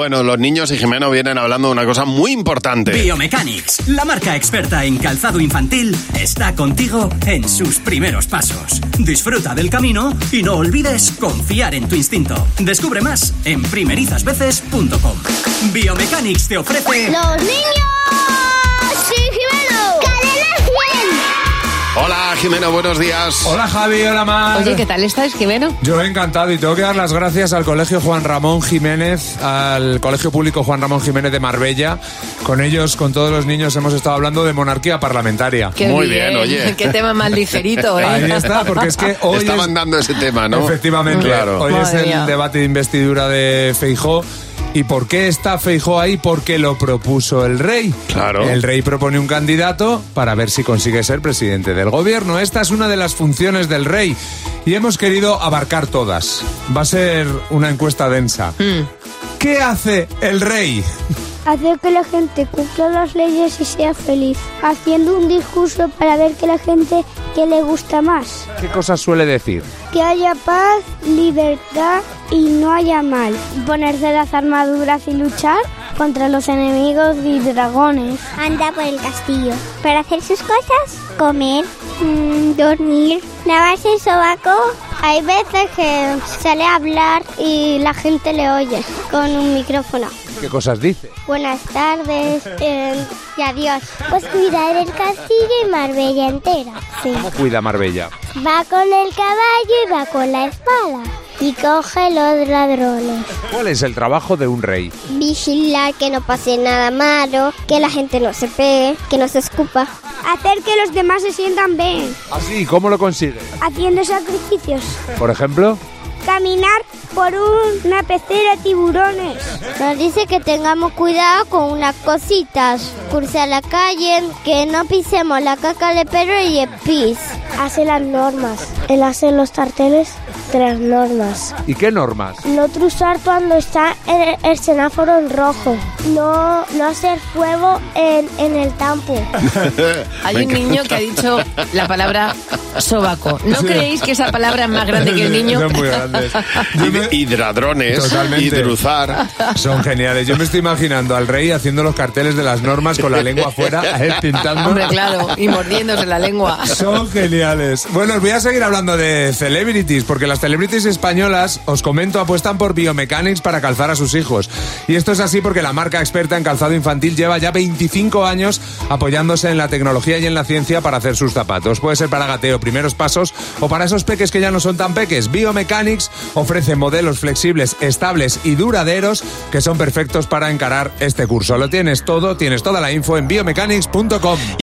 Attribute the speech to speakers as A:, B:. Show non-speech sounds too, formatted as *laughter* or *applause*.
A: Bueno, los niños y Jimeno vienen hablando de una cosa muy importante.
B: Biomechanics, la marca experta en calzado infantil, está contigo en sus primeros pasos. Disfruta del camino y no olvides confiar en tu instinto. Descubre más en primerizasveces.com. Biomechanics te ofrece
C: ¡Los niños! ¡Sí, Jimeno!
A: Hola Jimeno, buenos días.
D: Hola Javi, hola Mar.
E: Oye, ¿qué tal estáis, Jimeno?
D: Yo encantado y tengo que dar las gracias al Colegio Juan Ramón Jiménez, al Colegio Público Juan Ramón Jiménez de Marbella. Con ellos, con todos los niños, hemos estado hablando de monarquía parlamentaria.
E: Qué
A: Muy bien, oye.
E: Qué tema más ligerito, ¿eh?
D: Ahí está, porque es que hoy
A: Estaban
D: es-
A: dando ese tema, ¿no?
D: Efectivamente,
A: Claro. *laughs*
D: hoy es
E: Madre
D: el
E: mía.
D: debate de investidura de Feijó. ¿Y por qué está Feijó ahí? Porque lo propuso el rey.
A: Claro.
D: El rey propone un candidato para ver si consigue ser presidente del gobierno. Esta es una de las funciones del rey. Y hemos querido abarcar todas. Va a ser una encuesta densa.
E: Mm.
D: ¿Qué hace el rey?
C: Hacer que la gente cumpla las leyes y sea feliz. Haciendo un discurso para ver que la gente que le gusta más.
D: ¿Qué cosas suele decir?
C: Que haya paz, libertad y no haya mal. Ponerse las armaduras y luchar contra los enemigos y dragones. Andar por el castillo. Para hacer sus cosas, comer, mm, dormir, lavarse el sobaco. Hay veces que sale a hablar y la gente le oye con un micrófono.
D: ¿Qué cosas dice?
C: Buenas tardes eh, y adiós. Pues cuidar el castillo y Marbella entera. Sí.
D: ¿Cómo cuida Marbella?
C: Va con el caballo y va con la espada. Y coge los ladrones.
D: ¿Cuál es el trabajo de un rey?
C: Vigilar que no pase nada malo, que la gente no se pegue, que no se escupa. Hacer que los demás se sientan bien.
D: Así, ¿cómo lo consigue?
C: Haciendo sacrificios.
D: Por ejemplo,
C: Caminar por una pecera de tiburones. Nos dice que tengamos cuidado con unas cositas. Cruzar la calle, que no pisemos la caca de perro y el pis. Hace las normas. Él hace los tarteles de las normas.
D: ¿y qué normas?
C: No truzar cuando está el, el semáforo en rojo. No, no hacer fuego en, en el campo.
E: *laughs* Hay
A: Me
E: un niño que ha dicho la palabra sobaco. ¿No creéis que esa palabra es más grande que el niño?
D: Son muy grandes. Yo
A: Hid-
D: me-
A: Hidradrones,
D: Totalmente.
A: hidruzar.
D: Son geniales. Yo me estoy imaginando al rey haciendo los carteles de las normas con la lengua afuera, a él pintando.
E: Hombre, claro, y mordiéndose
D: *laughs*
E: la lengua.
D: Son geniales. Bueno, os voy a seguir hablando de celebrities, porque las celebrities españolas, os comento, apuestan por biomechanics para calzar a sus hijos. Y esto es así porque la marca experta en calzado infantil lleva ya 25 años apoyándose en la tecnología y en la ciencia para hacer sus zapatos. Puede ser para gateo, primeros pasos, o para esos peques que ya no son tan peques. Biomechanics ofrece modelos flexibles, estables y duraderos que son perfectos para encarar este curso. Lo tienes todo, tienes toda la info en biomechanics.com.